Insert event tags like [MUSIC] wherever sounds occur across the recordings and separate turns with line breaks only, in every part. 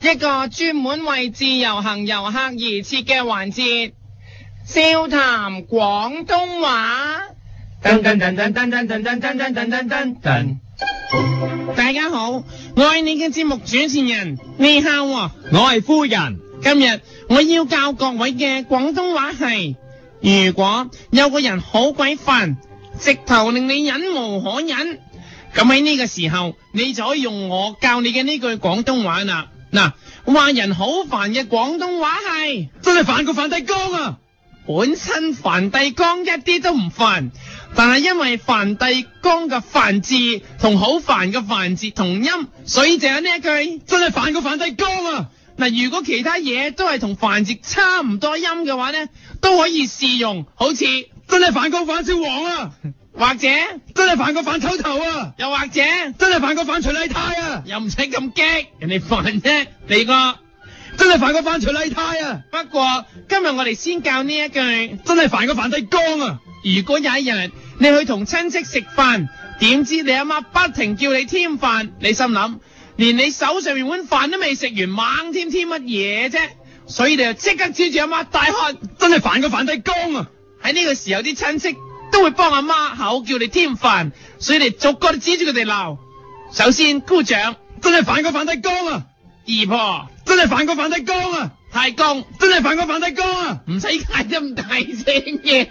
一個專門為自由行遊客而設嘅環節，笑談廣東話。
噔噔噔噔噔噔噔噔噔噔噔噔噔，
大家好，我係你嘅節目主持人，你好啊！
我係夫人。
今日我要教各位嘅廣東話係：如果有個人好鬼煩，直頭令你忍無可忍，咁喺呢個時候，你就可以用我教你嘅呢句廣東話啦。嗱，話人好煩嘅廣東話係
真係反過梵蒂岡啊！
本身梵蒂岡一啲都唔煩，但係因為梵蒂岡嘅梵字同好煩嘅煩字同音，所以就有呢一句。
真係反過梵蒂岡啊！
嗱，如果其他嘢都係同繁殖差唔多音嘅話咧，都可以試用，好似
真係反過反小王啊！
或者，
真係反過反丑頭啊！
又或者，
真係反過反徐麗泰啊！
又唔使咁激，人哋煩啫，你個。
真係反過反徐麗泰啊！
不過今日我哋先教呢一句，
真係反過梵蒂岡啊！
如果有一日你去同親戚食飯，點知你阿媽不停叫你添飯，你心諗。連你手上面碗飯都未食完，猛添添乜嘢啫？所以你就即刻指住阿媽大喝，
真係反過梵蒂岡啊！
喺呢個時候啲親戚都會幫阿媽口叫你添飯，所以你逐個指住佢哋鬧。首先姑丈
真係反過梵蒂岡啊！
姨婆
真係反過梵蒂岡啊！
太公
真係反過梵蒂岡啊！
唔使嗌得咁大聲嘅，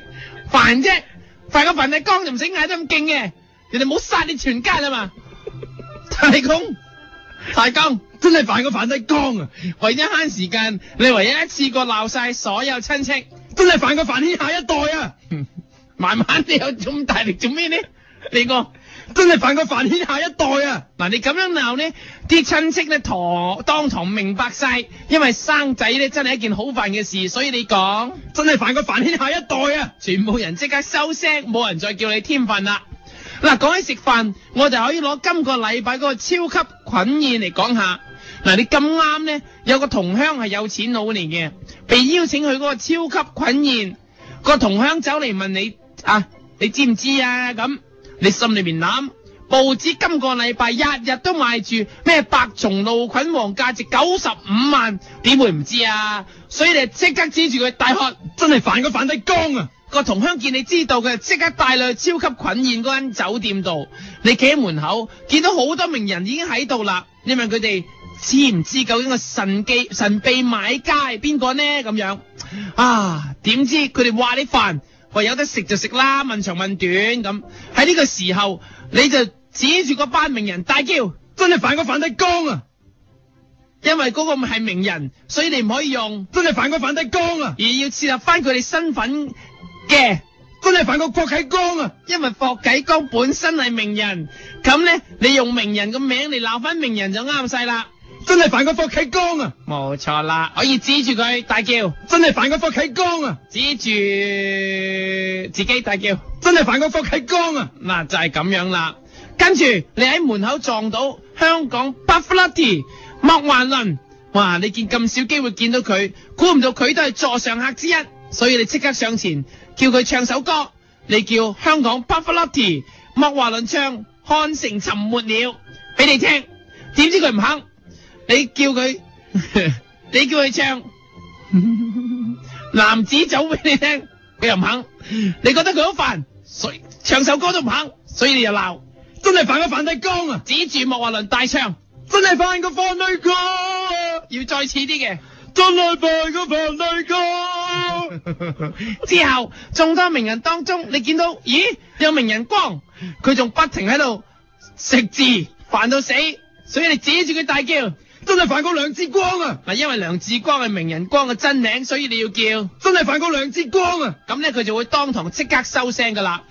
煩啫！犯個梵蒂岡就唔使嗌得咁勁嘅，人哋冇殺你全家啊嘛！太公。太公
真係反過梵蒂岡啊！
為咗慳時間，你唯一一次過鬧晒所有親戚，
真係反過繁衍下一代啊！
慢慢你有咁大力做咩呢？你個
真係反過繁衍下一代啊！
嗱，你咁樣鬧呢啲親戚咧堂當堂明白晒，因為生仔咧真係一件好煩嘅事，所以你講
真係反過繁衍下一代啊！
全部人即刻收聲，冇人再叫你添飯啦。嗱，講起食飯，我就可以攞今個禮拜嗰個超級菌宴嚟講下。嗱，你咁啱呢，有個同鄉係有錢佬嚟嘅，被邀請去嗰個超級菌宴，個同鄉走嚟問你啊，你知唔知啊？咁你心裏面諗，報紙今個禮拜日日都賣住咩白松露菌王價值九十五萬，點會唔知啊？所以你即刻指住佢大喝，
真係反過梵蒂岡啊！
個同鄉見你知道嘅，即刻帶你去超級菌宴嗰間酒店度。你企喺門口，見到好多名人已經喺度啦。你問佢哋知唔知究竟個神秘神秘買家係邊個呢？咁樣啊，點知佢哋話你煩，話有得食就食啦，問長問短咁。喺呢個時候，你就指住個班名人大叫，
真係反過梵蒂岡啊！
因為嗰個係名人，所以你唔可以用，
真係反過梵蒂岡啊！
而要設立翻佢哋身份。嘅
真係反過霍啟剛啊！
因為霍啟剛本身係名人，咁咧你用名人個名嚟鬧翻名人就啱晒啦。
真係反過霍啟剛啊！
冇錯啦，可以指住佢大叫，
真係反過霍啟剛啊！
指住自己大叫，
真係反過霍啟剛啊！
嗱就係咁樣啦。跟住你喺門口撞到香港 Buffalo 莫環倫，哇！你見咁少機會見到佢，估唔到佢都係座上客之一，所以你即刻上前。叫佢唱首歌，你叫香港 Buffalo 莫華倫唱《漢城沉沒了》俾你聽，點知佢唔肯，你叫佢 [LAUGHS] 你叫佢唱男子組俾你聽，佢又唔肯，你覺得佢好煩，所以唱首歌都唔肯，所以你就鬧，
真係反過梵蒂岡啊！
指住莫華倫大唱，
真係反過梵蒂岡啊，
要再似啲嘅。
真係拜個梵蒂岡。
之後，眾多名人當中，你見到，咦，有名人光，佢仲不停喺度食字，煩到死，所以你指住佢大叫，
[LAUGHS] 真係煩過梁志光啊！
嗱，因為梁志光係名人光嘅真名，所以你要叫，
真係煩過梁志光啊！
咁咧，佢就會當堂即刻收聲噶啦。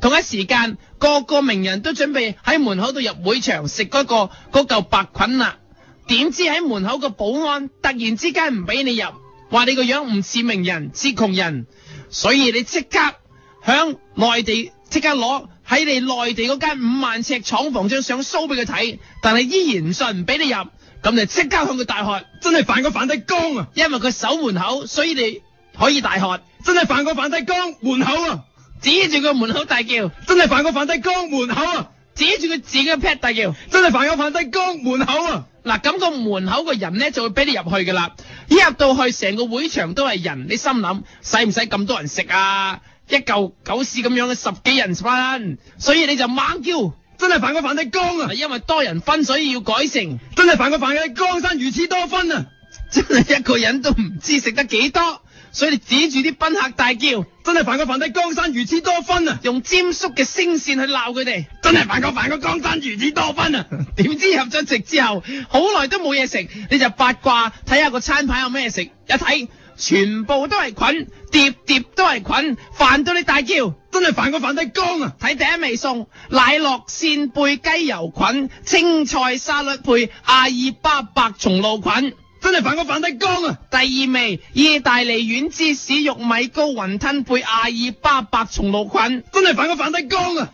同一時間，個個名人都準備喺門口度入會場食嗰、嗰個嗰嚿白菌啦。點知喺門口個保安突然之間唔俾你入，話你個樣唔似名人，似窮人，所以你即刻響內地即刻攞喺你內地嗰間五萬尺廠房張相 show 俾佢睇，但係依然唔信唔俾你入，咁就即刻向佢大喝，
真係反過梵蒂岡啊！
因為佢守門口，所以你可以大喝，
真係反過梵蒂岡門口啊！
指住佢門口大叫，
真係反過梵蒂岡門口啊！
指住佢自己嘅 pat 大叫，
真係反過梵蒂岡門口啊！
嗱，咁個門口個人咧就會俾你入去噶啦。一入到去，成個會場都係人，你心諗使唔使咁多人食啊？一嚿狗屎咁樣嘅十幾人份，所以你就猛叫。
真係犯過梵蒂岡啊
嗱，！因為多人分，所以要改成
真係犯過梵蒂岡山如此多分啊！
真係一個人都唔知食得幾多，所以你指住啲賓客大叫，
真係犯過梵蒂岡山如此多分啊！
用尖叔嘅聲線去鬧佢哋。
真係犯過梵蒂岡山如此多分啊！
點知入咗席之後，好耐都冇嘢食，你就八卦睇下個餐牌有咩食，一睇全部都係菌，碟碟都係菌，煩到你大叫。
真係犯過梵蒂岡啊！
睇第一味餸，奶酪扇貝雞油菌、青菜沙律配阿爾巴白松露菌。
真係犯過梵蒂岡啊！
第二味意大利丸芝士玉米糕雲吞配阿爾巴白松露菌。
真係犯過梵蒂岡啊！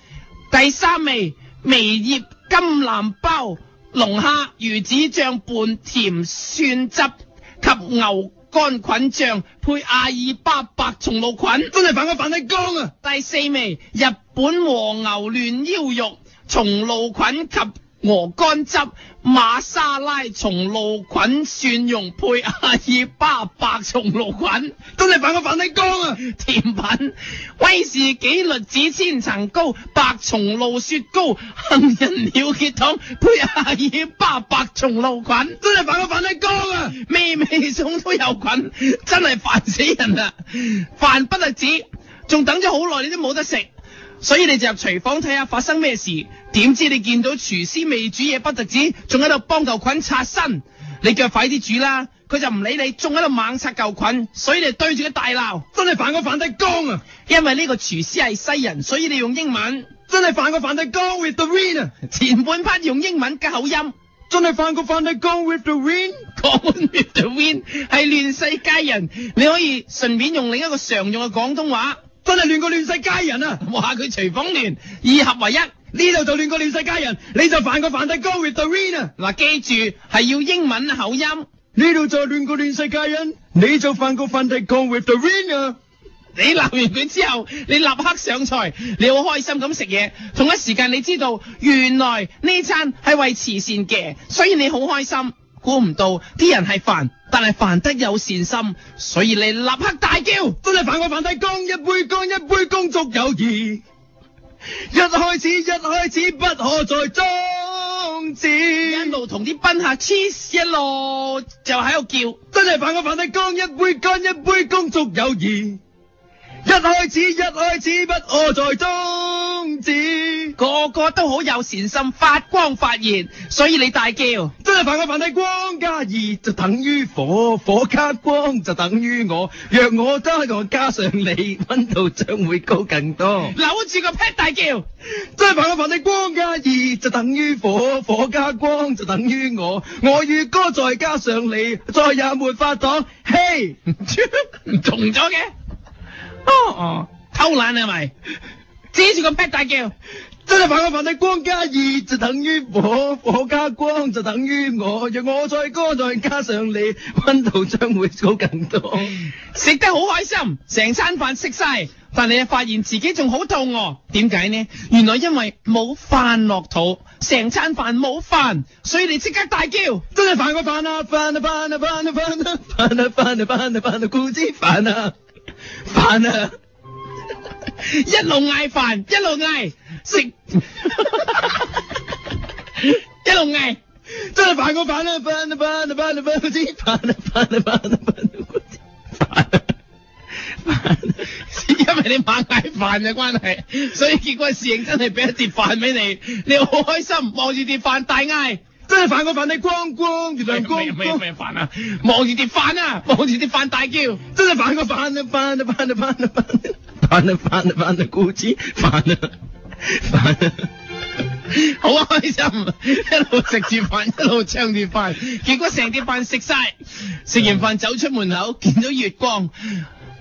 第三味微葉金藍包龍蝦魚子醬拌甜蒜汁及牛肝菌醬配阿爾巴白松露菌。
真係犯過梵蒂岡啊！
第四味日本和牛嫩腰肉松露菌及鵝肝汁馬沙拉松露菌蒜蓉配阿爾巴白松露菌。
真係犯過梵蒂岡啊！
[LAUGHS] 甜品，威士忌栗子千層糕、白松露雪糕、杏仁鳥血糖配阿爾巴白松露菌，
真係犯過梵蒂岡啊！
味味餸都有菌，真係煩死人啦！煩不特止，仲等咗好耐，你都冇得食。所以你就入廚房睇下發生咩事，點知你見到廚師未煮嘢不特止，仲喺度幫嚿菌擦身，你叫佢快啲煮啦，佢就唔理你，仲喺度猛擦嚿菌，所以你就對住佢大鬧。
真係犯過梵蒂岡啊！
因為呢個廚師係西人，所以你用英文。
真係犯過梵蒂岡 with the rain 啊！
前半 part 用英文加口音，
真係犯過梵蒂岡 with the rain。
講 with the wind 係亂世佳人，你可以順便用另一個常用嘅廣東話，
真係亂過亂世佳人啊！
話佢廚房亂，二合為一。
呢度就亂過亂世佳人，你就犯過梵蒂岡 with the rain 啊！
嗱，記住係要英文口音。
呢度就亂過亂世佳人，你就犯過梵蒂岡 with the rain 啊！
你鬧完佢之後，你立刻上菜，你好開心咁食嘢。同一時間，你知道原來呢餐係為慈善嘅，所以你好開心。估唔到啲人係煩，但係煩得有善心，所以你立刻大叫。
真係犯過梵蒂岡一杯乾一杯公足友誼。一開始一開始不可再終
一
止，
路同啲賓客 cheese，一路就喺度
真係啊犯過梵蒂岡一杯乾一杯公足友誼。一開始一開始不可再終止
叫，，個個都好有善心，發光發熱，所以你大叫。
真係犯啊過梵蒂光加熱就等於火，火加光就等於我。若我加我加上你，温度將會高更多。
扭住個 pat 大叫，
真係啊憑我憑你光加熱就等於火，火加光就等於我，我與哥再加上你，再也沒法擋。嘿，
唔同咗嘅。哦哦，偷懶係咪？指住個 pat 大叫。
真係憑我憑你光加熱就等於火，火加光就等於我，若我再哥再加上你， [LAUGHS] 温度將會高更多。
食得好開心，成餐飯食晒，但你又發現自己仲好肚餓，點解呢？原來因為冇飯落肚，成餐飯冇飯，所以你即刻大叫。
真係煩過煩啊，煩啊煩啊煩啊煩啊煩啊煩啊煩啊煩啊，固之煩啊煩啊！
一路嗌飯，一路嗌食， [LAUGHS] 一路嗌
真係煩過煩啊煩啊煩啊煩啊煩之煩啊煩啊煩啊煩啊
因為你猛嗌飯嘅關係，所以結果侍應真係俾一碟飯俾你，你好開心望住碟飯大嗌，
真係煩過煩你光光月亮光
咩咩
光，
咩飯啊，望住碟飯啊，望住碟飯大叫，
真係煩過煩啊煩啊煩啊煩啊煩啊煩啊煩啊固之煩啊煩啊！
[LAUGHS] 好啊開心，一路食住飯一路唱住飯，結果成碟飯食晒，食完飯走出門口見到月光，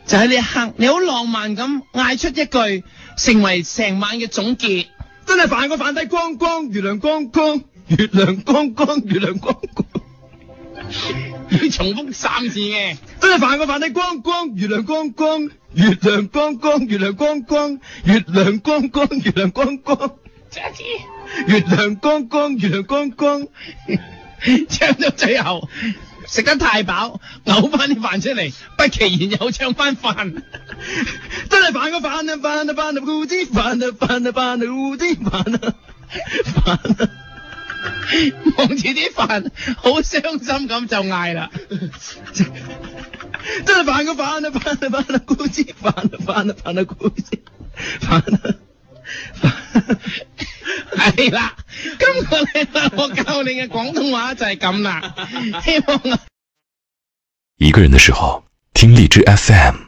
就喺呢一刻，你好浪漫咁嗌出一句，成為成晚嘅總結。 [LAUGHS]
真係煩過煩低光光月亮光光月亮光光月亮光光，
要重複三次嘅，
真係煩過煩低光光月亮光光月亮光光月亮光光月亮光光月亮光光。
再一次。
月亮光光，月亮光光，
[LAUGHS] 唱到最後食得太飽，嘔翻啲飯出嚟，不其然又唱翻飯。 [LAUGHS]
真係煩個煩啊煩啊煩啊固之煩啊煩啊煩啊固之煩啊煩啊！
望住啲飯，好傷心咁就嗌啦。
[LAUGHS] 真係煩個煩啊煩啊煩啊固之煩啊煩啊煩啊固之煩啊！
[LAUGHS] 係啦，今個禮拜我教你嘅廣東話就係咁啦，希望我
一个人的时候，听荔枝 FM。